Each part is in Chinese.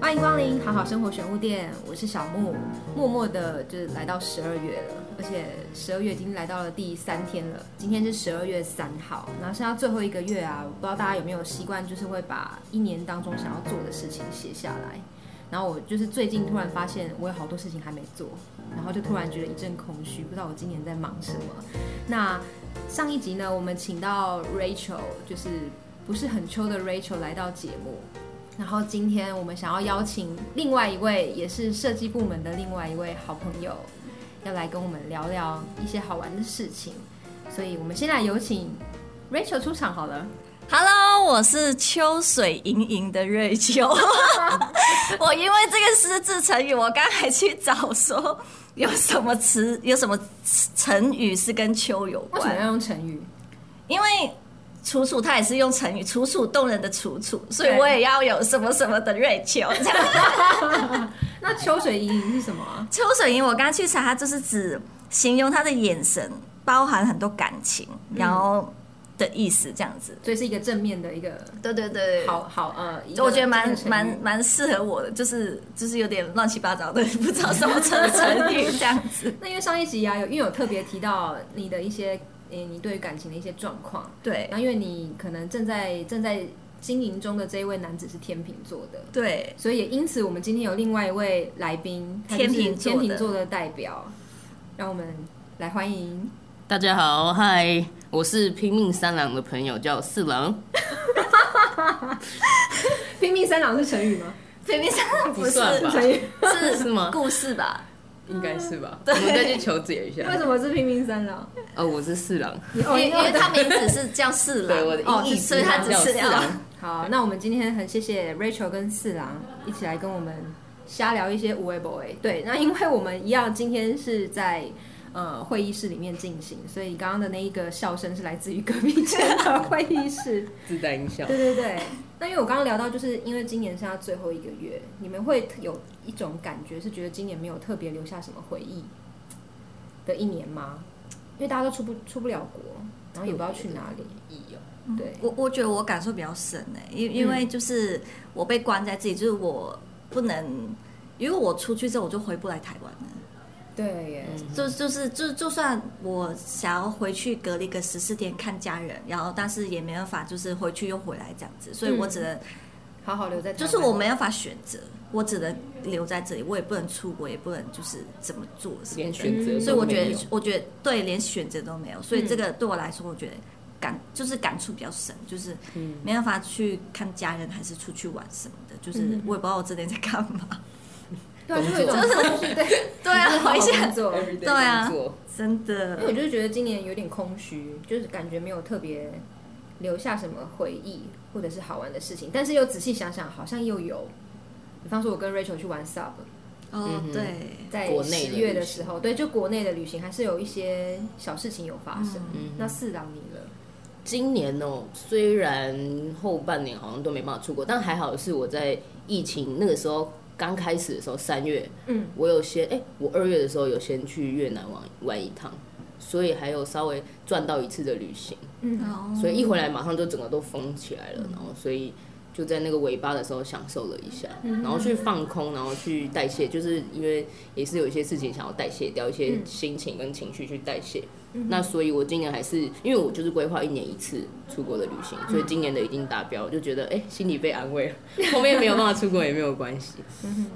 欢迎光临好好生活选物店，我是小木。默默的，就是来到十二月了，而且十二月已经来到了第三天了。今天是十二月三号，然后剩下最后一个月啊，我不知道大家有没有习惯，就是会把一年当中想要做的事情写下来。然后我就是最近突然发现，我有好多事情还没做，然后就突然觉得一阵空虚，不知道我今年在忙什么。那上一集呢，我们请到 Rachel，就是不是很秋的 Rachel 来到节目。然后今天我们想要邀请另外一位，也是设计部门的另外一位好朋友，要来跟我们聊聊一些好玩的事情。所以我们先来有请 Rachel 出场好了。 Hello，我是秋水盈盈的瑞秋。我因为这个四字成语，我刚才去找说有什么词， 有什么成语是跟秋有为什么关，要用成语？因为。楚楚他也是用成语“楚楚动人”的“楚楚”，所以对我也要有什么什么的瑞秋。这样那秋水盈盈是什么 啊？秋水盈盈，我刚去查，它就是指形容他的眼神包含很多感情，然后的意思这样子。所以是一个正面的一个对对对，好好呃，一个我觉得正蛮面的成语蛮蛮适合我的，就是就是有点乱七八糟的， 不知道什么 成成语这样子。那因为上一集啊，有因为有特别提到你的一些，诶、你对于感情的一些状况，对然后因为你可能正在正在经营中的这一位男子是天秤座的，对，所以也因此，我们今天有另外一位来宾，他就是天秤座天的秤座的代表，让我们来欢迎。大家好，嗨，我是拼命三郎的朋友，叫四郎，拼命三郎是成语吗？菲菲三郎不是算吧成语。是 是吗故事吧？应该是 吧？我们再去求解一下为什么是拼命三哦郎？ 哦，我是四郎，你因为因为他名字是叫四郎，对我的音译哦所以他只叫是四要郎。好，那我们今天很谢谢 Rachel 跟四郎一起来跟我们瞎聊一些无为 boy。对，那因为我们一样今天是在呃会议室里面进行，所以刚刚的那一个笑声是来自于隔壁间的会议室。自带音效。对对对。那因为我刚刚聊到，就是因为今年剩下最后一个月，你们会有一种感觉，是觉得今年没有特别留下什么回忆的一年吗？因为大家都出不出不了国，然后也不知道去哪里。哦对，我我觉得我感受比较深诶、因嗯因为就是我被关在自己，就是我不能，因为我出去之后我就回不来台湾了。对耶，就就是就就算我想要回去隔离个十四天看家人，然后但是也没办法，就是回去又回来这样子，所以嗯我只能、好好留在台湾。就是我没办法选择，我只能留在这里，我也不能出国，也不能就是怎么做什么连的。选择都没有，嗯所以我觉得，我觉得对，连选择都没有，所以这个对我来说，我觉得感就是感触比较深，就是嗯没办法去看家人，还是出去玩什么的，就是嗯我也不知道我这边在干嘛。对啊，就会有一种就是对 对啊就是好好回想工作 Everyday 对啊工作真因为我的，就是觉得今年有点空虚，就是感觉没有特别留下什么回忆或者是好玩的事情，但是又仔细想想，好像又有。比方说，我跟 Rachel 去玩 Sub，哦嗯，哼对，在国内的十月的旅时行候，对，就国内的旅行还是有一些小事情有发生。嗯那四郎你了，今年哦、虽然后半年好像都没办法出国，但还好是我在疫情那个时候刚开始的时候，三月，嗯，我有先哎、我二月的时候有先去越南玩玩一趟，所以还有稍微赚到一次的旅行。嗯，哦所以一回来马上就整个都封起来了，然后所以就在那个尾巴的时候享受了一下，然后去放空，然后去代谢，就是因为也是有一些事情想要代谢掉，一些心情跟情绪去代谢。那所以，我今年还是因为我就是规划一年一次出国的旅行，所以今年的已经达标，就觉得哎、心里被安慰了。后面没有办法出国也没有关系。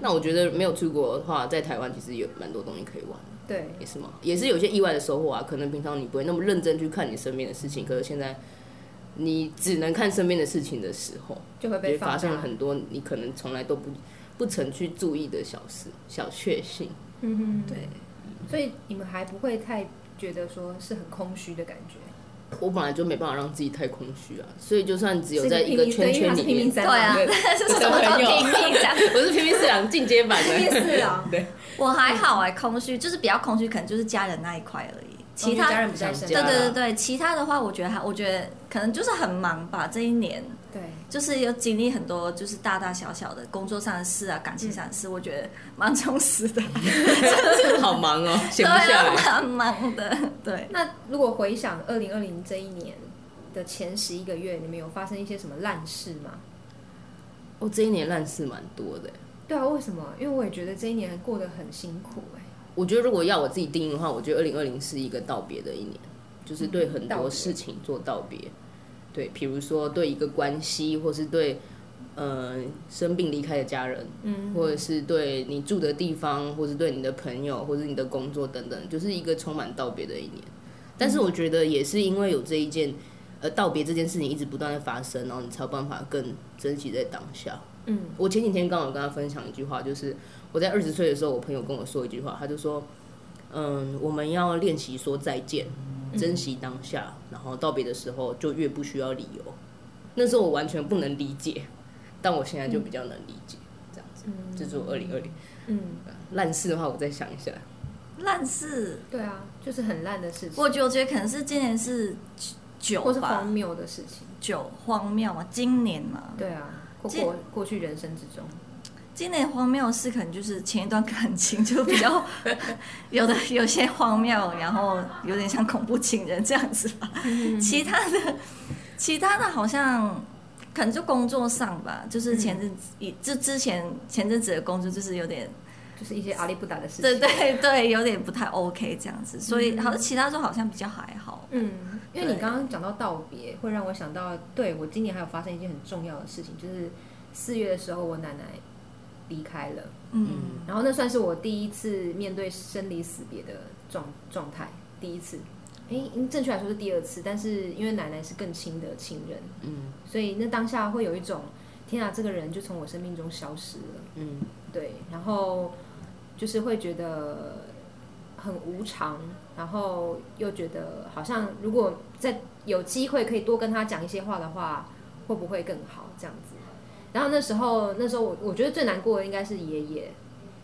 那我觉得没有出国的话，在台湾其实有蛮多东西可以玩。对，也是嘛，也是有一些意外的收获啊。可能平常你不会那么认真去看你身边的事情，可是现在你只能看身边的事情的时候，就会被也放发大生了很多你可能从来都不不曾去注意的小事、小确幸。嗯哼，对。所以你们还不会太觉得说是很空虚的感觉，我本来就没办法让自己太空虚啊，所以就算只有是在一个拼命圈对因为圈他是里拼命面，三对啊 郎，是什么都拼命这样。 我是拼命四郎进阶版拼命的。四 郎，我还好哎、空虚就是比较空虚，可能就是家人那一块而已。其哦因为家他人不在身对对边，对对对，其他的话，我觉得还我觉得可能就是很忙吧。这一年对。就是有经历很多，就是大大小小的工作上的事啊，感情上的嗯事，我觉得蛮充实 的，好忙哦，闲对不下啊，来。蛮忙的。对，那如果回想二零二零这一年的前十一个月，你们有发生一些什么烂事吗？哦我、这一年烂事蛮多的，对啊，为什么？因为我也觉得这一年过得很辛苦哎、我觉得如果要我自己定义的话，我觉得二零二零是一个道别的一年，就是对很道别多事情做道别。对，比如说对一个关系，或是对呃生病离开的家人，嗯，或者是对你住的地方，或是对你的朋友，或是你的工作等等，就是一个充满道别的一年。但是我觉得也是因为有这一件，呃，道别这件事情一直不断的发生，然后你才有办法更珍惜在当下。嗯，我前几天刚好跟他分享一句话，就是我在二十岁的时候，我朋友跟我说一句话，他就说：“嗯，我们要练习说再见，珍惜当下，然后道别的时候就越不需要理由。”那时候我完全不能理解，但我现在就比较能理解，这样子。这是我二零二零嗯，烂事的话，我再想一下。烂事，对啊，就是很烂的事情，我觉我觉得可能是今年是酒或是吧荒，谬的事情。酒荒谬嘛，今年嘛，对啊，过这过过去人生之中，今年荒谬的事可能就是前一段感情就比较有的有些荒谬，然后有点像恐怖情人这样子吧。其他的其他的好像可能就工作上吧，就是前阵子、以就之前前阵子的工作就是有点就是一些阿里不达的事情。对对对，有点不太 OK 这样子，所以好像其他就好像比较还好。嗯，因为对你刚刚讲到道别，会让我想到，对我今年还有发生一件很重要的事情，就是四月的时候，我奶奶离开了，嗯，然后那算是我第一次面对生离死别的状状态，第一次。诶，正确来说是第二次，但是因为奶奶是更亲的亲人，嗯所以那当下会有一种天啊，这个人就从我生命中消失了。嗯对，然后就是会觉得很无常，然后又觉得好像如果再有机会可以多跟他讲一些话的话，会不会更好这样子？然后那时候，那时候我我觉得最难过的应该是爷爷，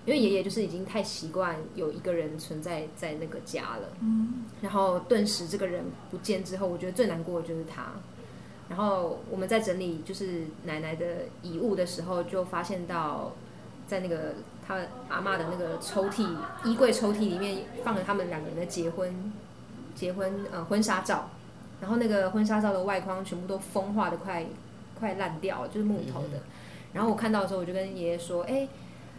因为爷爷就是已经太习惯有一个人存在在那个家了，嗯，然后顿时这个人不见之后，我觉得最难过的就是他。然后我们在整理就是奶奶的遗物的时候，就发现到在那个他阿嬷的那个抽屉、衣柜抽屉里面放了他们两个人的结婚、结婚呃婚纱照，然后那个婚纱照的外框全部都风化的快快烂掉了，就是木头的。然后我看到的时候，我就跟爷爷说：“哎、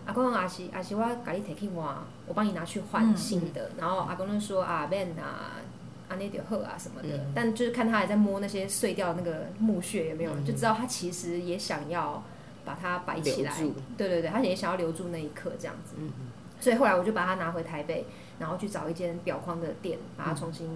阿公阿西阿西，我咖喱 taking 我，我帮你拿去换嗯新的。然后阿公就说：“啊 Ben 啊。”啊，那点鹤啊什么的，但就是看他还在摸那些碎掉的那个木屑有没有，就知道他其实也想要把它摆起来留住，对对对，他也想要留住那一刻这样子。嗯所以后来我就把它拿回台北，然后去找一间表框的店，把它重新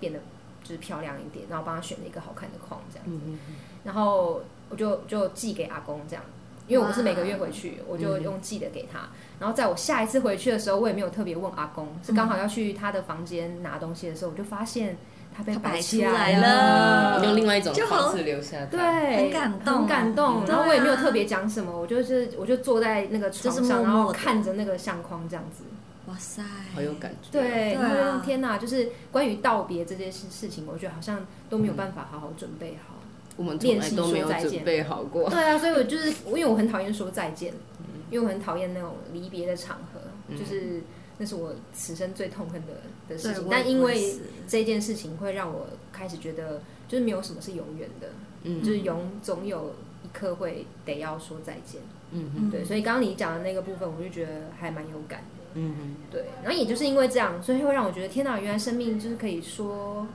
变得就是漂亮一点，然后帮他选了一个好看的框这样子。嗯然后我就就寄给阿公这样，因为我不是每个月回嗯去，我就用寄的给他。然后在我下一次回去的时候，我也没有特别问阿公，是刚好要去他的房间拿东西的时候，我就发现他被他摆摆出起来了。了用另外一种就好方式留下它。对，很感动很感动。对啊然后我也没有特别讲什么，我就是我就坐在那个床就是默上，默然地后看着那个相框这样子。哇塞，好有感觉。对，对啊然后让天哪，就是关于道别这件事事情，我觉得好像都嗯没有办法好好准备好。我们从来都没练习有说再准见备好过。对啊，所以我就是因为我很讨厌说再见，嗯因为我很讨厌那种离别的场合，就是那是我此生最痛恨的的事对情。我也但因我也为是这件事情会让我开始觉得，就是没有什么是永远的，嗯就是永总有一刻会得要说再见。嗯嗯嗯对，所以刚刚你讲的那个部分，我就觉得还蛮有感的。嗯对，然后也就是因为这样，所以会让我觉得天哪，原来生命就是可以说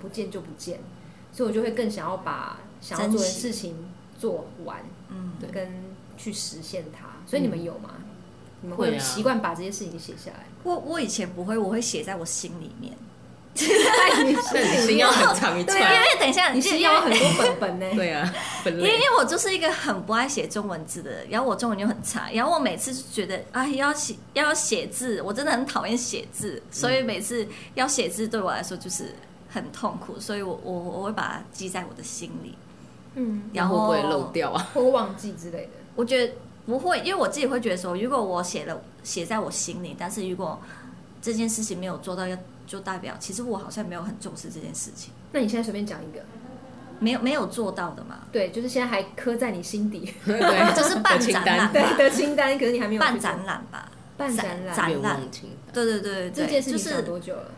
不见就不见，所以我就会更想要把想要做的珍惜事情做完，嗯，对跟去实现它。所以你们有吗？你们会会啊习惯把这些事情写下来吗？我我以前不会，我会写在我心里面。那 你心要很长一对，因串。为等一下 你因是为要很多本本呢、对啊，本因来为因为我就是一个很不爱写中文字的人，然后我中文又很差，然后我每次就觉得哎要写要写字，我真的很讨厌写字，嗯所以每次要写字对我来说就是很痛苦，所以我我我会把它记在我的心里，嗯，然会后不会漏掉啊？或忘记之类的。我觉得不会，因为我自己会觉得说，如果我写了写在我心里，但是如果这件事情没有做到，要就代表其实我好像没有很重视这件事情，那你现在随便讲一个，没有没有做到的嘛，对，就是现在还刻在你心底 对，就是办清展单览，对的清单，可是你还没有去办做展览吧，办展览展愿望清单。对对对对，这件事就情是想多久了？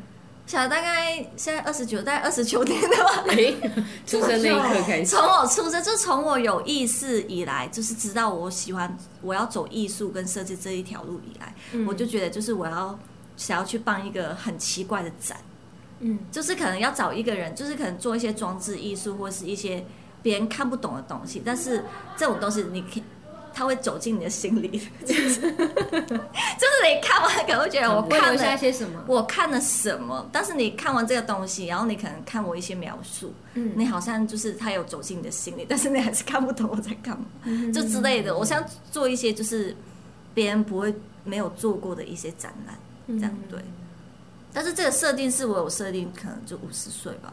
小大概现在二十九，大概二十九年了吧。哎， 出生那一刻开始从，我出生，就从我有意识以来，就是知道我喜欢我要走艺术跟设计这一条路以来，嗯我就觉得就是我要想要去办一个很奇怪的展，嗯，就是可能要找一个人，就是可能做一些装置艺术或是一些别人看不懂的东西，但是这种东西你可以。它会走进你的心里，就是就是你看完可能会觉得我会看留了下些什么？我看了什么，但是你看完这个东西，然后你可能看我一些描述，嗯你好像就是他有走进你的心里，但是你还是看不懂我在干嘛，嗯就之类的。我想做一些就是别人不会没有做过的一些展览，嗯这样对。但是这个设定是我有设定，可能就五十岁吧。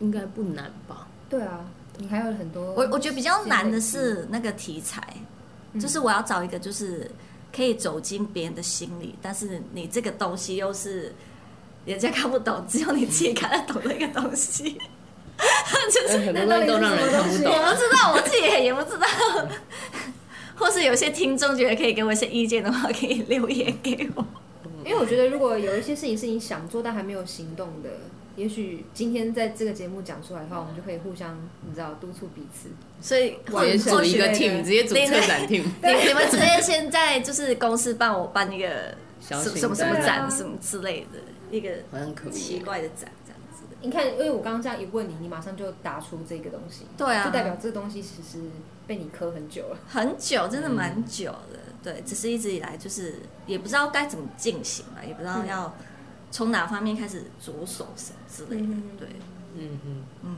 应该不难吧？对啊，你还有很多。嗯我我觉得比较难的是那个题材，就是我要找一个就是可以走进别人的心里，但是你这个东西又是人家看不懂，只有你自己看得懂那个东西，就是哎很多东西都让人看难道不你是什么懂东我。不知道，我自己也不知道。 或是有些听众觉得可以给我一些意见的话，可以留言给我。因为我觉得，如果有一些事情是你想做但还没有行动的，也许今天在这个节目讲出来的话，我们就可以互相，你知道，督促彼此。所以直接组一个或许 team，直接组策展 team，你你们直接现在就是公司帮我办一个小什型什么什么展览展什么之类的一个好像可奇以。怪的展这样子的。你看，因为我刚刚这样一问你，你马上就答出这个东西，对啊，就代表这个东西其实被你磕很久了。很久，嗯真的蛮久的。对，只是一直以来就是也不知道该怎么进行啊嘛，也不知道嗯要从哪方面开始着手什么之类的。嗯对，嗯嗯，嗯，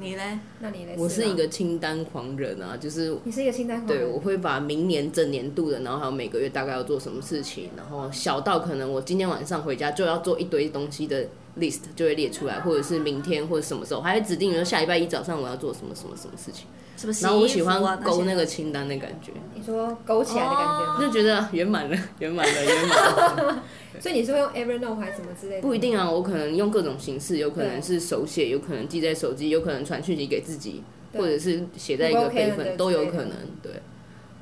你嘞？那你嘞？我是吗一，个清单狂人啊，就是你是一个清单狂对，人我会把明年整年度的，然后还有每个月大概要做什么事情，然后小到可能我今天晚上回家就要做一堆东西的 list 就会列出来，或者是明天或者什么时候，还会指定说下礼拜一早上我要做什么什么什么事情。什么洗衣服然啊？后我喜欢勾那些个清单的感觉，你说勾起来的感觉吗？就觉得圆满了， 圆满了，圆满了。所以你是会用 Evernote 还是什么之类的？不一定啊，我可能用各种形式，有可能是手写，有可能记在手机，有可能传讯息给自己，对，或者是写在一个 Google Calendar 备之类份，的都有可能。对，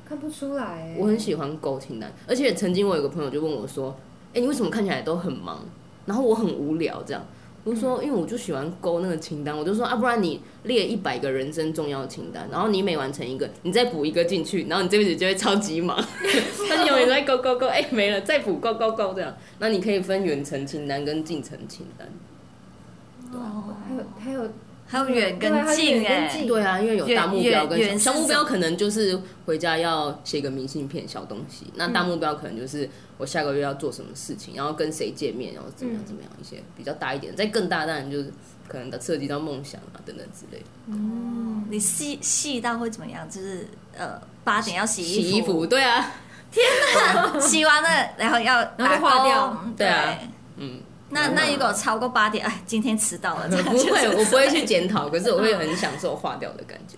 看不出来欸。我很喜欢勾清单，而且曾经我有个朋友就问我说：“哎、你为什么看起来都很忙？”然后我很无聊这样。我就说，因为我就喜欢勾那个清单，我就说啊，不然你列一百个人生重要的清单，然后你每完成一个，你再补一个进去，然后你这辈子就会超级忙， 他就永远都在勾勾勾，哎、没了，再补勾勾勾这样。那你可以分远程清单跟近程清单。哦，还有还有还有远对啊跟还有远近跟哎、近对啊，因为有大目标远远跟是小小目什标，么可能就是回家要写个明信片、小东西。那嗯大目标可能就是我下个月要做什么事情，然后跟谁见面，然后怎么样嗯怎么样，一些比较大一点。再更大，当然就是可能涉及到梦想啊等等之类的。你细细到会怎么样？就是呃，八点要洗衣洗衣服，对啊，洗完了，然后要然后打就化勾掉对啊嗯，那那如果超过八点，哎，今天迟到了，这样 不就是会，我不会去检讨，可是我会很享受化掉的感 觉。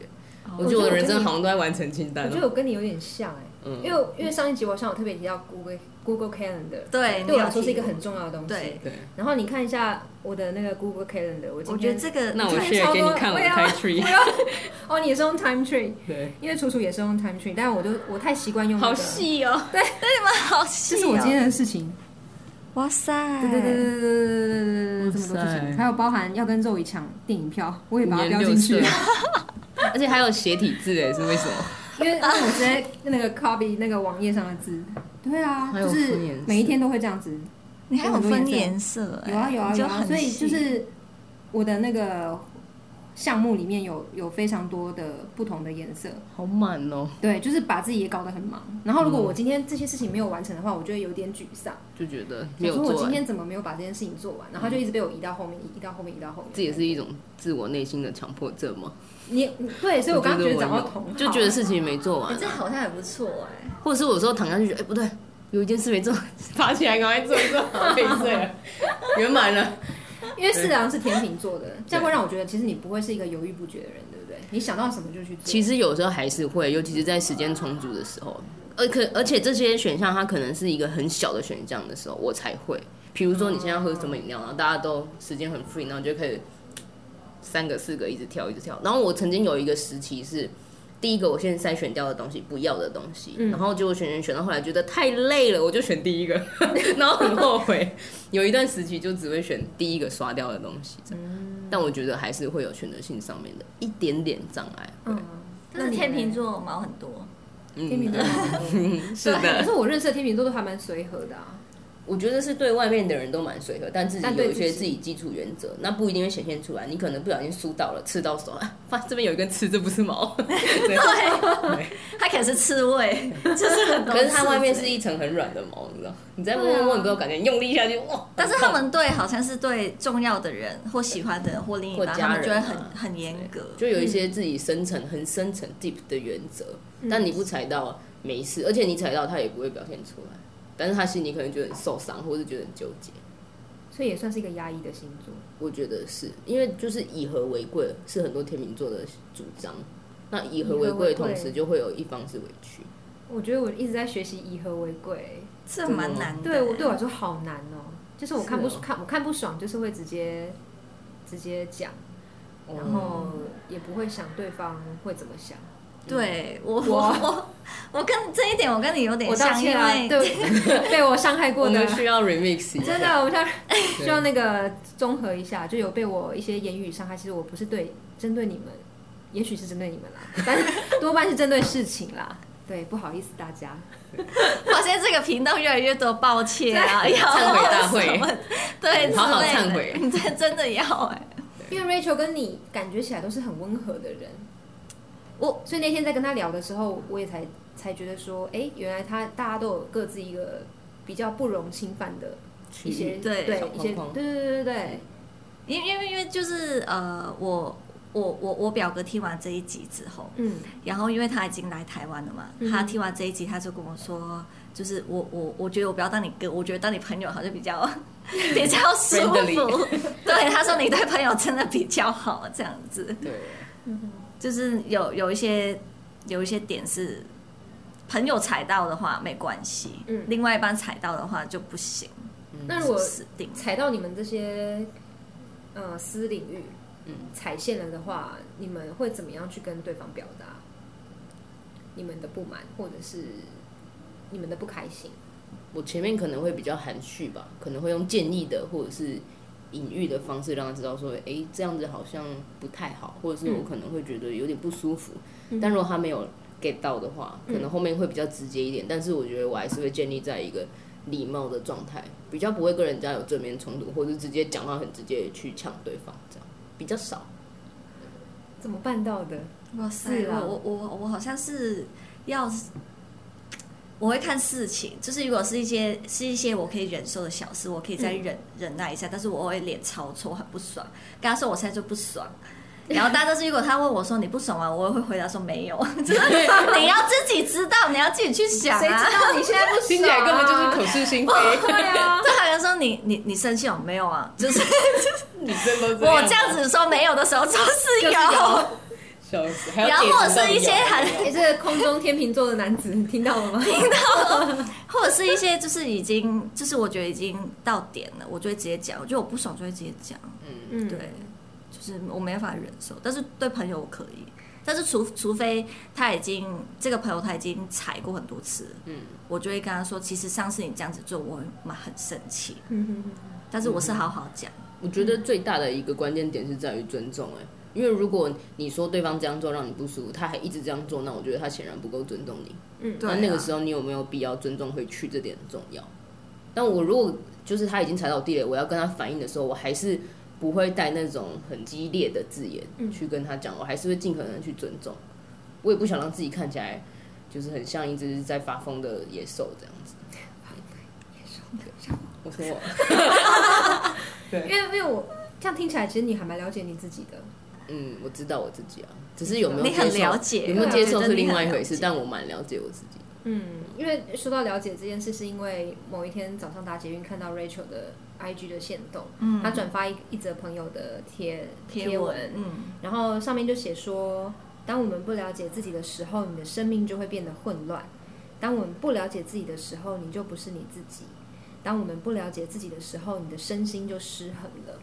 我觉得我的人生好像都在完成清我单觉哦。得我跟你有点像哎、嗯因为因为上一集我好像有特别提到 Google Google Calendar，对对我来你有说是一个提过很重要的东西。对。对，然后你看一下我的那个 Google Calendar，我今天我觉得这个那我看 share 超给多你看我的对啊 t i tree，哦，你也是用 Time Tree，对，因为楚楚也是用 Time Tree，但我就我太习惯用、那好个，细哦。 好细、这哦，是我今天的事情。哇塞，对对对对对对对对对对对，这么多事哇情，塞还有包含要跟周雨抢电影票，我也五把它颜标六进去色， 而且还有斜体字哎，是为什么？因为因为我直接那个 copy 那个网页上的字。对啊，还就有是分颜色每一天都会这样子。你还有分颜色、哎有啊有啊有就啊，很所以就细是我的那个项目里面有有非常多的不同的颜色，好满哦，对，就是把自己也搞得很忙。然后如嗯果我今天这些事情没有完成的话，我就会有点沮丧，就觉得没想哎有说我做今完，天怎么没有把这件事情做完，然后就一直被我移到后面，移到后面，移到后面。这也 是一种自我内心的强迫症吗？你对，所以我刚刚觉得我找到有同好就觉得事情没做完哎啊，这好像还不错哎、或者是我有时候躺下去，哎，不对，有一件事没做， 爬起来赶快做一做，好可以睡 了，圆满了。因为四郎是天秤座 的，这样会让我觉得其实你不会是一个犹豫不决的人，对不对？你想到什么就去做。其实实有时候还是会，尤其是在时间充足的时候，而可而且这些选项它可能是一个很小的选项的时候，我才会。比如说你现在要喝什么饮料，然后大家都时间很 free，然后就开始三个四个一直跳一直跳。然后我曾经有一个时期是，第一个我先筛选掉的东西，不要的东西，嗯然后结果选选选到后来觉得太累了，我就选第一个，然后很后悔。有一段时期就只会选第一个刷掉的东西，这样。但我觉得还是会有选择性上面的一点点障碍。嗯，但是天秤座毛很多，嗯天秤 座是啊可的是，我认识的天秤座都还蛮随和的啊。我觉得是对外面的人都蛮随和，但自己但对有一些自自己己基础原则，那不一定会显现出来。你可能不小心梳到了， 刺到手，啊，发现这边有一根刺，这不是毛。 对他可能是刺 猬，就是很多。可是它外面是，一层很软的毛，你知道？你再摸摸摸，你都有感觉，你用力一下就哇！但是他们对好像是对重要的人或喜欢的人或另一半，或他家人啊们就会很很严格。就有一些自己深层、很深层 deep 的原则，嗯嗯但你不踩到没事，而且你踩到他也不会表现出来，但是他心里可能觉得很受伤，或是觉得很纠结。所以也算是一个压抑的星座。我觉得是因为就是以和为贵是很多天秤座的主张，那以和为贵的同时就会有一方是委屈，我觉得我一直在学习以和为贵，这蛮难的。欸对我对我来说好难哦。就是我看不是哦看我看不爽，就是会直接直接讲，哦然嗯后也不会想对方会怎么想。对我我我我我跟这一点我跟你有点我道像，因歉啊，为对 被我伤害过我的们，需要 remix 一下， 真的，我们需要对需要那个综合一下，就有被我一些言语伤害。其实我不是对针对你们，也许是针对你们啦， 但是多半是针对事情啦。对，不好意思大家。发现这个频道越来越多抱歉啊，要忏悔大会什么，对，好好之类的 忏悔，你真真的要哎、因为 Rachel 跟你感觉起来都是很温和的人，我所以那天在跟他聊的时候，我也才才觉得说，哎，原来他大家都有各自一个比较不容侵犯的区一些域对对小一些框框对对对对对，因因为因为就是呃，我我我我表哥听完这一集之后，嗯然后因为他已经来台湾了嘛，嗯他听完这一集他就跟我说，就是我我我觉得我不要当你哥，我觉得当你朋友好像比 较比较舒 Friendly 服。 对，他说你对朋友真的比较好，这样子对，嗯，就是有有一些有一些点是朋友踩到的话没关系，嗯另外一半踩到的话就不行，嗯那如果死定。踩到你们这些呃私领域，嗯踩线了的话，你们会怎么样去跟对方表达你们的不满，或者是你们的不开心？我前面可能会比较含蓄吧，可能会用建议的或者是隐喻的方式让他知道说，诶，这样子好像不太好，或者是我可能会觉得有点不舒服。但如果他没有 get 到的话，可能后面会比较直接一点。但是我觉得我还是会建立在一个礼貌的状态，比较不会跟人家有正面冲突，或者是直接讲到很直接地去呛对方，这样比较少。怎么办到的？哇塞是！啊我我我我好像是要，我会看事情，就是如果是一些是一些我可以忍受的小事，我可以再忍、忍耐一下，但是我会脸超臭，很不爽。跟他说我现在就不爽。然后，但是如果他问我说你不爽吗？我会回答说没有， 就是你要自己知道，你要自己去想谁知啊。道你现在不爽、啊？听起来根本就是口是心非，对啊，这好像说你你你生气了没有啊？就是女生都这样。我这样子说没有的时候，就是有。笑死，还要然后解或释者到啊是底一些要很你这个空中天秤座的男 子，你听到了吗？或者是一些就是已经就是我觉得已经到点了，我就会直接讲，我觉得我不爽就会直接讲，嗯嗯，对，就是我没办法忍受，但是对朋友我可以，但是除除非他已经这个朋友他已经踩过很多次，嗯。我就会跟他说，其实上次你这样子做我蛮很生气，嗯嗯但是我是好好讲，我觉嗯得最大的一个关键点是在于尊重、哎，因为如果你说对方这样做让你不舒服，他还一直这样做，那我觉得他显然不够尊重你。嗯对、啊，那那个时候你有没有必要尊重回去，这点很重要。但我如果就是他已经踩到地雷，我要跟他反应的时候，我还是不会带那种很激烈的字眼嗯去跟他讲，我还是会尽可能地去尊重。我也不想让自己看起来就是很像一只在发疯的野兽这样子。我说我，因为因为我这样听起来，其实你还蛮了解你自己的。嗯，我知道我自己啊，只是有没有你很接受了解有没有接受对啊是另外一回事真，的但我蛮了解我自己。嗯，因为说到了解这件事，是因为某一天早上打捷运看到 Rachel 的 IG 的线动，嗯他转发一一则朋友的贴贴文，文，嗯，然后上面就写说，当我们不了解自己的时候，你的生命就会变得混乱；当我们不了解自己的时候，你就不是你自己；当我们不了解自嗯己的时候，你的身心就失衡了。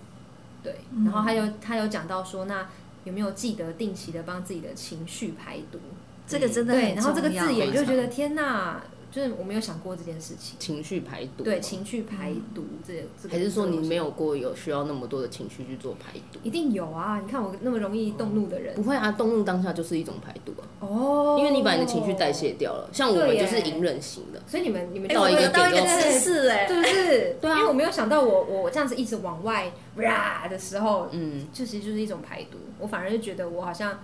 对，然后他有他有讲到说，那有没有记得定期的帮自己的情绪排毒？这个真的对，很重要。然后这个字眼非就觉常得天哪，就是我没有想过这件事情。情绪排毒，啊对，情绪排毒这这个，还是说你没有过有需要那么多的情绪去做排毒？一定有啊！你看我那么容易动怒的人不会啊，动怒当下就是一种排毒啊，哦，因为你把你的情绪代，谢掉了。像我对们耶就是隐忍型的，所以你们你们哎我到一们个有到一个点就姿势哎，对不是？对啊因为我没有想到我我这样子一直往外啦的时候，嗯，就其实就是一种排毒。我反而就觉得我好像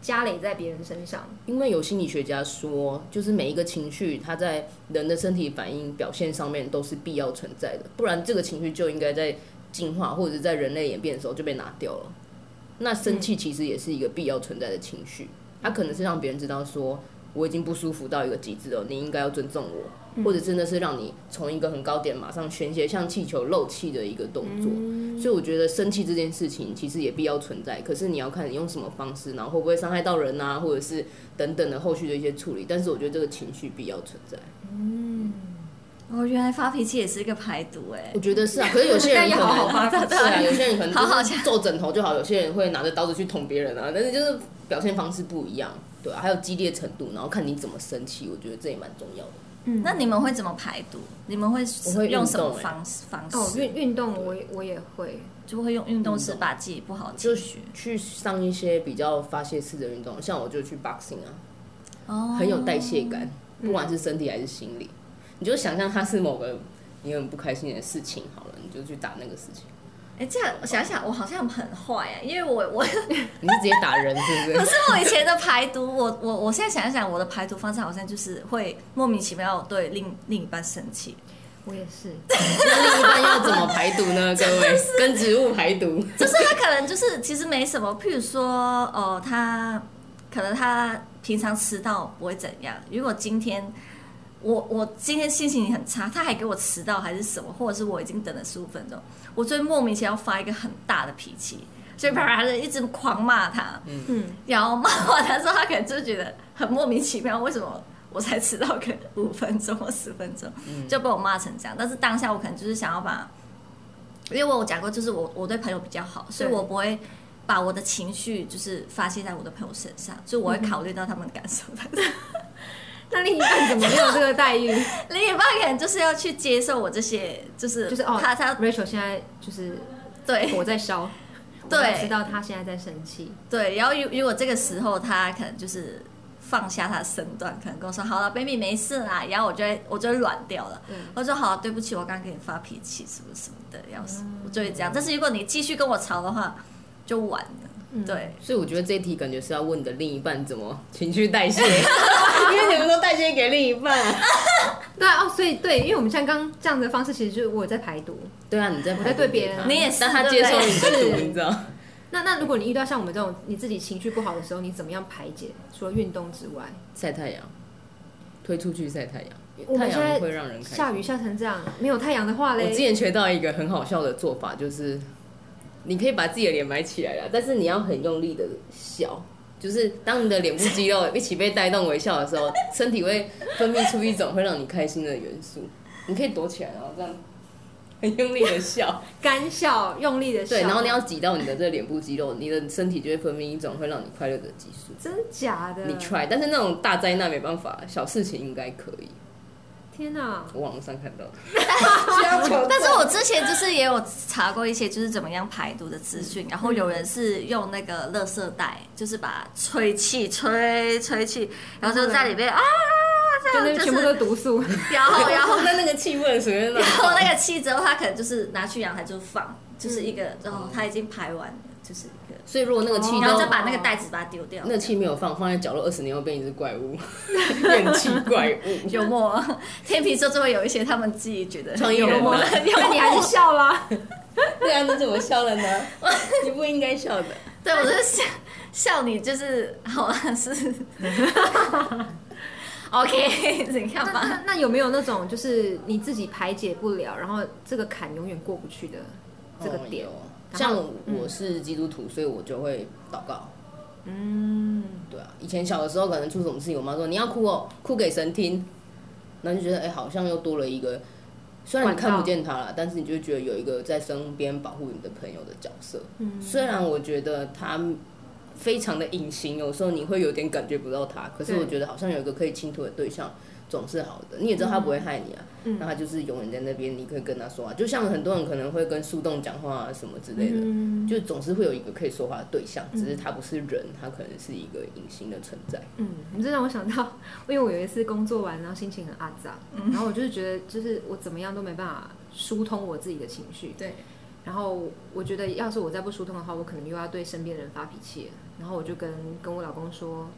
加累在别人身上，因为有心理学家说，就是每一个情绪它在人的身体反应表现上面都是必要存在的，不然这个情绪就应该在进化或者在人类演变的时候就被拿掉了。那生气其实也是一个必要存在的情绪，它可能是让别人知道说我已经不舒服到一个极致了，你应该要尊重我。或者真的是让你从一个很高点马上宣泄，像气球漏气的一个动作。所以我觉得生气这件事情其实也必要存在，可是你要看你用什么方式，然后会不会伤害到人啊，或者是等等的后续的一些处理。但是我觉得这个情绪必要存在，哦，原来发脾气也是一个排毒哎、我觉得是啊。可是 有些人可但能要好好发是啊，有些人可能好好就是皱枕头就好，有些人会拿着刀子去捅别人啊，但是就是表现方式不一样，对啊，还有激烈程度，然后看你怎么生气，我觉得这也蛮重要的。嗯那你们会怎么排毒？你们会我会运用什么动欸方式方式？哦，运运动我也我也会，就会用运动是运动把自己不好的就情是绪去上一些比较发泄式的运动，像我就去 boxing 啊，哦嗯很有代谢感，不管是身体还是心理。你就想象它是某个你很不开心的事情好了，你就去打那个事情，哎、这样我想想，我好像很坏哎、因为我 我 你是直接打人是不可是？是我以前的排毒，我我我现在想一想，我的排毒方式好像就是会莫名其妙对另另一半生气，我也是，那 另一半要怎么排毒呢？各位，跟植物排毒，就是他可能就是其实没什么，譬如说哦、呃他可能他平常迟到不会怎样，如果今天。我我今天心情很差，他还给我迟到还是什么，或者是我已经等了十五分钟，我就会莫名其妙发一个很大的脾气，所以啪啪的一直狂骂他。嗯，然后骂完他之后，他可能就觉得很莫名其妙，为什么我才迟到个五分钟或十分钟，就被我骂成这样。但是当下我可能就是想要把，因为我有讲过，就是我我对朋友比较好，所以我不会。把我的情绪就是发泄在我的朋友身上，所以我会考虑到他们的感受。但是那另一半怎么没有这个待 遇？另一半可能就是要去接受我这些，就是就是哦，他他 Rachel 现在就是对火在烧，对我要知道他现在在生气，对，然后如如果这个时候他可能就是放下他的身段，可能跟我说好了，baby 没事啦，然后我就会我就会软掉了，嗯我就说好，对不起，我刚刚给你发脾气什么什么的，要是、嗯我就会这样。但是如果你继续跟我吵的话，就完了。嗯对，所以我觉得这一题感觉是要问你的另一半怎么情绪代谢，因为你们都代谢给另一半。对啊哦，所以对，因为我们像刚这样的方式，其实就是我在排毒。对啊，你在排我在毒对别给人他你也是但他接受对你不对的毒，是你知道。那那如果你遇到像我们这种你自己情绪不好的时候，你怎么样排解？除了运动之外，晒太阳，推出去晒太阳，我太们现阳在会让人开心。下雨下成这样，没有太阳的话我之嘞，前学到一个很好笑的做法，就是你可以把自己的脸埋起来了，但是你要很用力的笑。就是当你的脸部肌肉一起被带动微笑的时候，身体会分泌出一种会让你开心的元素。你可以躲起来，然后这样很用力的笑，干笑，用力的笑。 对，然后你要挤到你的这脸部肌肉，你的身体就会分泌一种会让你快乐的激素。真假的？你 try，但是那种大灾难没办法，小事情应该可以。天哪！我网上看到的，哦但是我之前就是也有查过一些就是怎么样排毒的资嗯讯，然后有人是用那个垃圾袋，就是把吹气吹吹气，然后就在里面啊，这嗯就样那就是全部都是毒素，然后然然后后在那个气氛随 便乱然后那个气之后，他可能就是拿去阳台就放，就是一个，然后他已经排完了，就是一个，所以如果那个气哦然都后再把那个袋子把它丢掉。那个气没有放，放在角落二十年会变一只怪物， 怨气怪物。幽默，天秤座就会有一些他们自己觉得创意人啊幽 默的幽那默。你还是笑 啦。对啊，你怎么笑了呢？你不应该笑的。对我就是笑笑你，就是好像是 OK，你看那吧。那那有没有那种就是你自己排解不了，然后这个坎永远过不去的这哦个点？Oh 像然后我是基督徒，所以我就会祷告。嗯，对啊，以前小的时候可能出什么事情，我妈说你要哭哦，哭给神听，然后就觉得哎、好像又多了一个虽然你看管道不见他了，但是你就觉得有一个在身边保护你的朋友的角色。嗯虽然我觉得他非常的隐形，有时候你会有点感觉不到他，可是对我觉得好像有一个可以倾吐的对象总是好的。你也知道他不会害你啊，嗯那他就是永远在那边，你可以跟他说话。就像很多人可能会跟树洞讲话啊什么之类的，嗯就总是会有一个可以说话的对象，只是他不是人，他可能是一个隐形的存在。嗯，你这让我想到，因为我有一次工作完，然后心情很阿杂，然后我就是觉得，就是我怎么样都没办法疏通我自己的情绪。对，然后我觉得，要是我再不疏通的话，我可能又要对身边人发脾气了。然后我就跟跟我老公说：“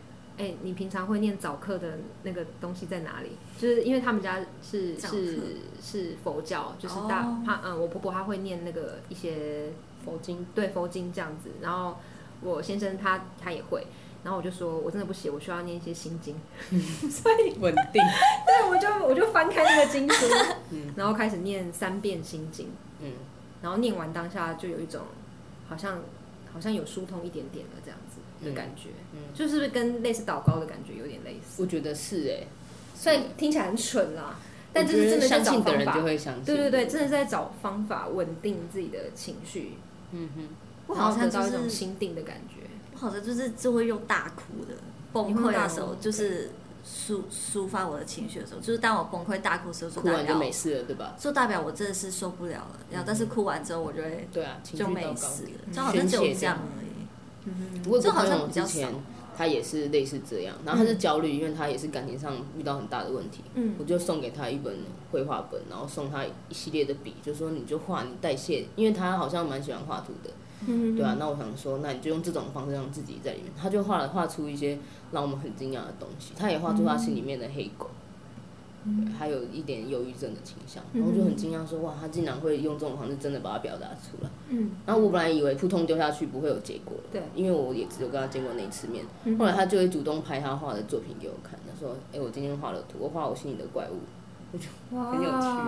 哎、你平常会念早课的那个东西在哪里？”就是因为他们家是早课是是佛教，就是大、哦他嗯，我婆婆她会念那个一些佛经，对佛经这样子，然后我先生他他也会，然后我就说我真的不写，我需要念一些心经，所以稳定，对我就我就翻开那个经书，嗯 然后开始念三遍心经，嗯，然后念完当下就有一种好像好像有疏通一点点了这样子的感觉，嗯嗯就是不是跟类似祷告的感觉有点类似？我觉得是哎、虽然听起来很蠢啦，但就是真的在相找信的方人就法，会相信。对对对，真的在找方法稳定自己的情绪，嗯哼。我然好后得像就到一种是心定的感觉。我好像就是就会用大哭的，崩溃的时候就是抒抒发我的情绪的时候，就是当我崩溃大哭的时候，就哭代完就表没事了，对吧？就代表我真的是受不了了，然后但是哭完之后我就会对啊，情绪就糟没糕。事了，嗯就好像只有这样而已。嗯我有这个好朋像友比之较前少他也是类似这样，然后他是焦虑，因为他也是感情上遇到很大的问题。嗯我就送给他一本绘画本，然后送他一系列的笔，就说你就画，你代谢，因为他好像蛮喜欢画图的，嗯对啊。那我想说，那你就用这种方式让自己在里面，他就画了画出一些让我们很惊讶的东西，他也画出他心里面的黑狗，嗯对，还有一点忧郁症的倾向，然后就很惊讶说，哇，他竟然会用这种方式真的把它表达出来。嗯，然后我本来以为扑通丢下去不会有结果了，对因为我也只有跟他见过那一次面。嗯后来他就会主动拍他画的作品给我看，他说：“哎、我今天画了图，我画我心里的怪物。哇，很有趣，”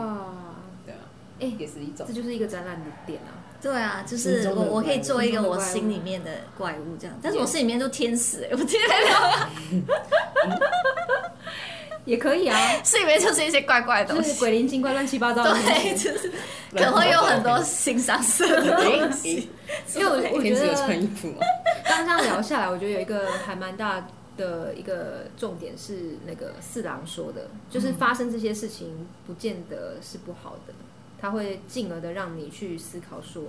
对啊，哎也是一 种这就是一个展览的点啊！对啊，就心是中的我我可以做一个心中的我怪物心里面的怪物这样，但是我心里面都天使、欸，我今天也可以啊，心里面就是一些怪怪就的东是西，鬼灵精怪、乱七八糟的东对，西。就是可能会有很 多欣赏色的东西。诶因为我我觉天使有得穿衣服吗？刚刚聊下来，我觉得有一个还蛮大的一个重点是那个四郎说的，就是发生这些事情不见得是不好的，它会进而的让你去思考说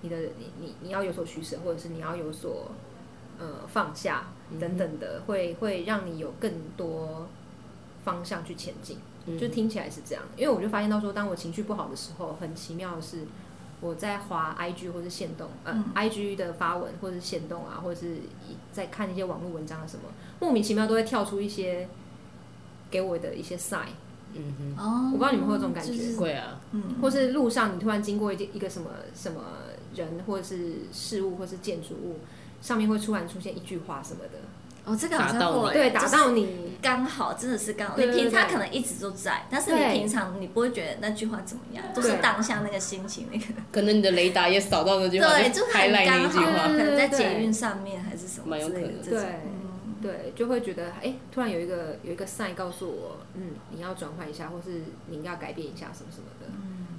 你的你你你要有所取舍，或者是你要有所呃放下等等的，会会让你有更多方向去前进。嗯就听起来是这样，因为我就发现到说，当我情绪不好的时候，很奇妙的是，我在滑 IG 或是线动，呃、i 嗯 g 的发文或者是线动啊，或者是一在看一些网络文章啊什么，莫名其妙都会跳出一些给我的一些 sign，嗯哼，哦我不知道你们会有这种感觉就是嗯会啊，或是路上你突然经过一件一个什么什么人或者是事物或是建筑物，上面会突然出现一句话什么的，哦，这个好打像到会对，对打到。就是你。刚好真的是刚好，对你对平对常可能一直都在，但是你对平常你不会觉得那句话怎么样，都是对当下那个心情那个，可能你的雷达也扫到那句话，对，就是拍很赖那刚一句好，啊话可话。能对对在对捷运上面还是什么蛮有之类的可能这对种，嗯对，就会觉得哎、诶突然有一个有一个 sign 告诉我，嗯，你要转换一下，或是你要改变一下什么什么的。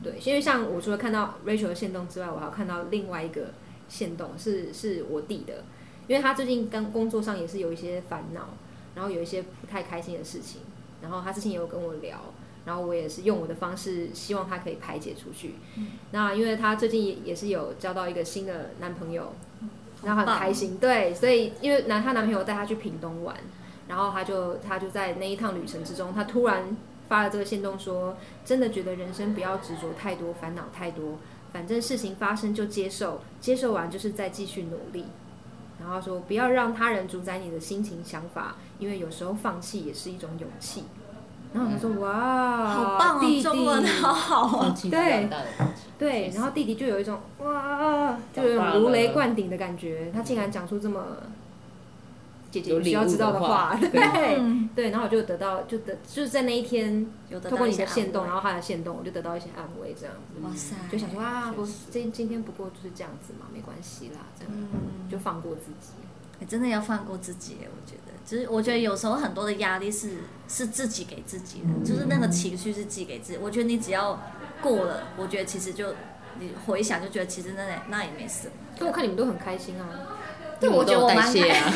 对，因为像我除了看到 Rachel 的线动之外，我还有看到另外一个线动是是我弟的，因为他最近刚工作上也是有一些烦恼，然后有一些不太开心的事情，然后他之前也有跟我聊。然后我也是用我的方式，希望他可以排解出去。那因为他最近也也是有交到一个新的男朋友，然后很开心，对，所以因为男她男朋友带她去屏东玩，然后她就她就在那一趟旅程之中，她突然发了这个线动说，真的觉得人生不要执着太多，烦恼太多，反正事情发生就接受，接受完就是再继续努力。然后说不要让他人主宰你的心情想法，因为有时候放弃也是一种勇气。然后我就嗯说、哇，好棒弟哦，弟中文好好放啊，弃对很大的放弃对，然后弟弟就有一种哇，就有一长大种了如雷贯顶的感觉。他竟然讲出这么姐姐有你需领要知悟道的的话对、嗯对。然后我就得到，就得就是在那一天，有得通到过一你些的线动，安然后他的线动，我就得到一些安慰，这样子慰，哇塞，就想说啊，哎确我实嗯今今天不过就是这样子嘛，没关系啦，这样、就放过自己。你哎真的要放过自己，我觉得，就是我觉得有时候很多的压力是是自己给自己嗯的，就是那个情绪是自己给自己。我觉得你只要过了，我觉得其实就你回想就觉得其实那也那也没什么。但我看你们都很开心啊，对，我们觉得都有我代蛮谢开啊，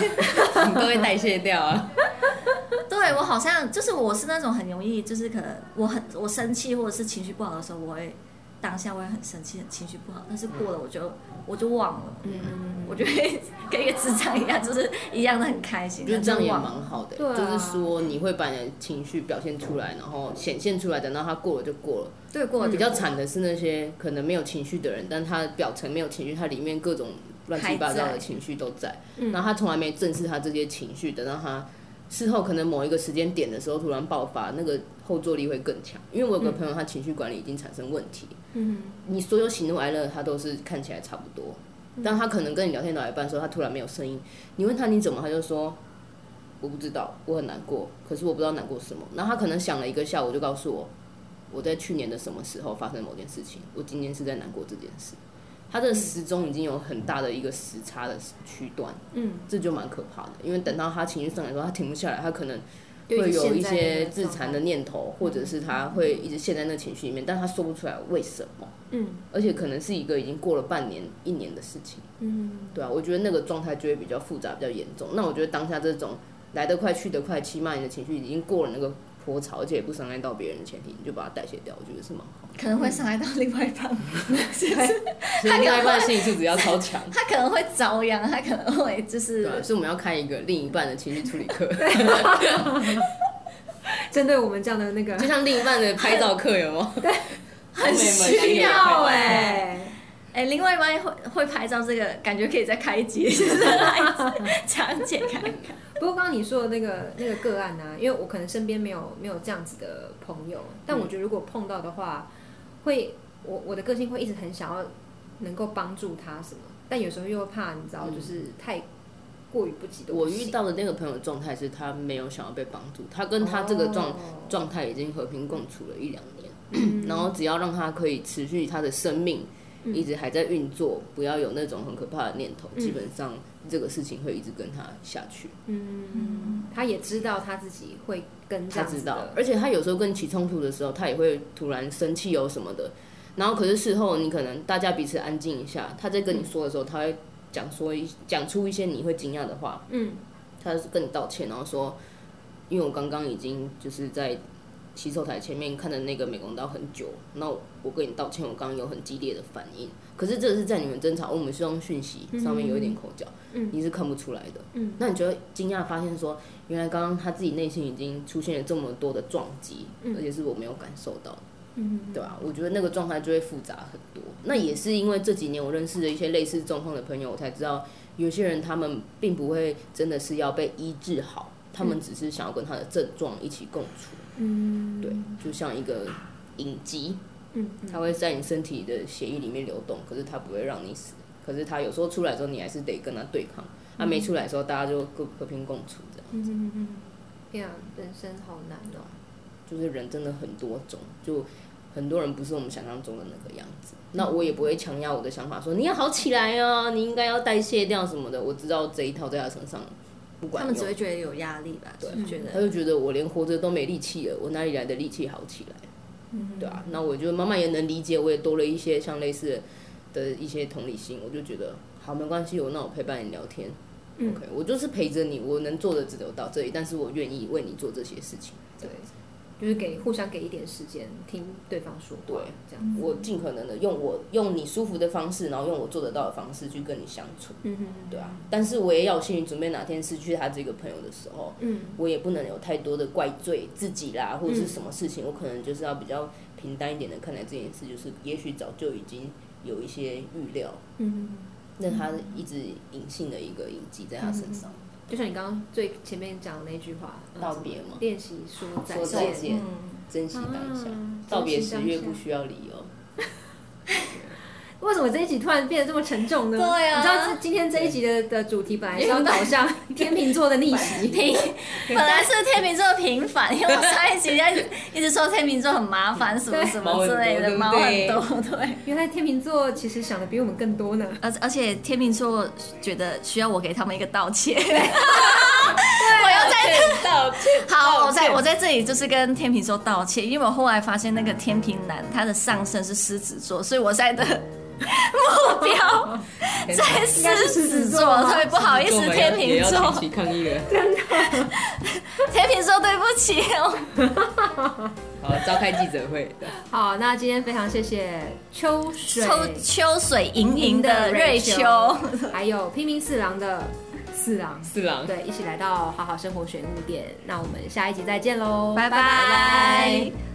我们都会代谢掉啊。对我好像就是我是那种很容易，就是可能我很我生气或者是情绪不好的时候，我会当下我会很生气，很情绪不好，但是过了我就我就忘了，嗯嗯我就会跟一个智障一样，就是一样的很开我心。觉得这样也但是忘了蛮好的、欸对啊就是说你会把你的情绪表现出来，然后显现出来，等到它过了就过了。对过了比较惨的是那些可能没有情绪的人，但他表层没有情绪，他里面各种乱七八糟还在的情绪都在，嗯然后他从来没正视他这些情绪，等到他事后可能某一个时间点的时候突然爆发，那个后坐力会更强。因为我有个朋友，他情绪管理已经产生问题，嗯，你所有喜怒哀乐他都是看起来差不多，但他可能跟你聊天到一半的时候，他突然没有声音，你问他你怎么，他就说我不知道，我很难过，可是我不知道难过什么。然后他可能想了一个下午，就告诉我我在去年的什么时候发生某件事情，我今天是在难过这件事。他的时钟已经有很大的一个时差的区段，嗯，这就蛮可怕的，因为等到他情绪上来的时候，他停不下来，他可能就会直有一陷在那些个自状态残的，念头，或者是他会一直陷在那情绪里面，但他说不出来为什么。嗯而且可能是一个已经过了半年、一年的事情，嗯对啊，我觉得那个状态就会比较复杂、比较严重。那我觉得当下这种来得快、去得快，起码你的情绪已经过了那个波潮，而且也不伤害到别人的前提，你就把它代谢掉，我觉得是蛮好的。可能会伤害到另外一半，，所以另外一半的心理素质要超强他可能会遭殃，他可能会就是对啊，所以我们要开一个另一半的情绪处理 课，针对我们这样的那个就像另一半的拍照课有 吗？很妹们需要欸哎、 哎、另外一半会会拍照，这个感觉可以再开一集，就是来讲解看看。不过刚刚你说的那个那个个案呢、啊因为我可能身边没有没有这样子的朋友，但嗯我觉得如果碰到的话，会我我的个性会一直很想要能够帮助他什么，但有时候又怕你知道，嗯就是太过于不及的。我遇到的那个朋友的状态是他没有想要被帮助，他跟他这个状、哦状态已经和平共处了一两年。嗯 然后只要让他可以持续他的生命，嗯一直还在运作，不要有那种很可怕的念头，嗯基本上这个事情会一直跟他下去。嗯，他也知道他自己会跟这他样子知道的，，而且他有时候跟你起冲突的时候，他也会突然生气哦什么的。然后可是事后你可能大家彼此安静一下，他在跟你说的时候，他会讲说一讲出一些你会惊讶的话，嗯他是跟你道歉，然后说，因为我刚刚已经就是在洗手台前面看的那个美工刀很久，那我跟你道歉，我刚刚有很激烈的反应，可是这是在你们争吵，我们是用讯息上面有一点口角，嗯你是看不出来的，嗯，那你就会惊讶发现说，原来刚刚他自己内心已经出现了这么多的撞击，嗯而且是我没有感受到的。嗯，对啊，我觉得那个状态就会复杂很多。那也是因为这几年我认识的一些类似状况的朋友，我才知道有些人他们并不会真的是要被医治好，他们只是想要跟他的症状一起共处。嗯对，就像一个影集，嗯它会在你身体的血液里面流动，可是它不会让你死。可是它有时候出来之后，你还是得跟它对抗。它、没出来的时候，大家就各和平共处，这样嗯嗯嗯，对啊，人生好难哦。就是人真的很多种，就很多人不是我们想象中的那个样子。那我也不会强压我的想法说你要好起来啊，你应该要代谢掉什么的。我知道这一套在他身上不他管们用只，会觉得有压力吧，就是觉他得就觉得我连活着都没力气了，我哪里来的力气好起来？嗯嗯对啊，那我觉得妈妈也能理解，我也多了一些像类似的一些同理心，我就觉得好没关系，我那我陪伴你聊天。嗯 OK，我就是陪着你，我能做的只有到这里，但是我愿意为你做这些事情。对，就是给互相给一点时间听对方说话，对，这样子。我尽可能的用我用你舒服的方式，然后用我做得到的方式去跟你相处，嗯嗯对啊。但是我也要有心理准备，哪天失去他这个朋友的时候，嗯我也不能有太多的怪罪自己啦，或者是什么事情，我可能就是要比较平淡一点的看待这件事，就是也许早就已经有一些预料，嗯，那他一直隐性的一个印记在他身上。就像你刚刚最前面讲的那句话，呃道别嘛练习说再说再见，见，嗯，珍惜当下，啊道别珍惜十当月下不需要理由。为什么这一集突然变得这么沉重呢？对啊你知道这今天这一集的的主题本来是要导 向天秤座的逆袭，平，本来是天秤座的平凡，因为我上一集在一直说天秤座很麻烦什么什么之类的，毛 毛很很多多，对。原来天秤座其实想的比我们更多呢。而而且天秤座觉得需要我给他们一个道歉， 我啊要在道歉，好，我道歉在我在这里就是跟天秤座道歉，因为我后来发现那个天秤男他的上身是狮子座，所以我现在的 目标在狮子座，特别不好意思，天也秤要座提，起抗议了。天秤座对不起哦。好，召开记者会。好，那今天非常谢谢秋水、秋秋水盈盈的瑞秋，还有拼命四郎的四郎，四郎，对，一起来到好好生活玄物店。那我们下一集再见喽， 拜拜拜。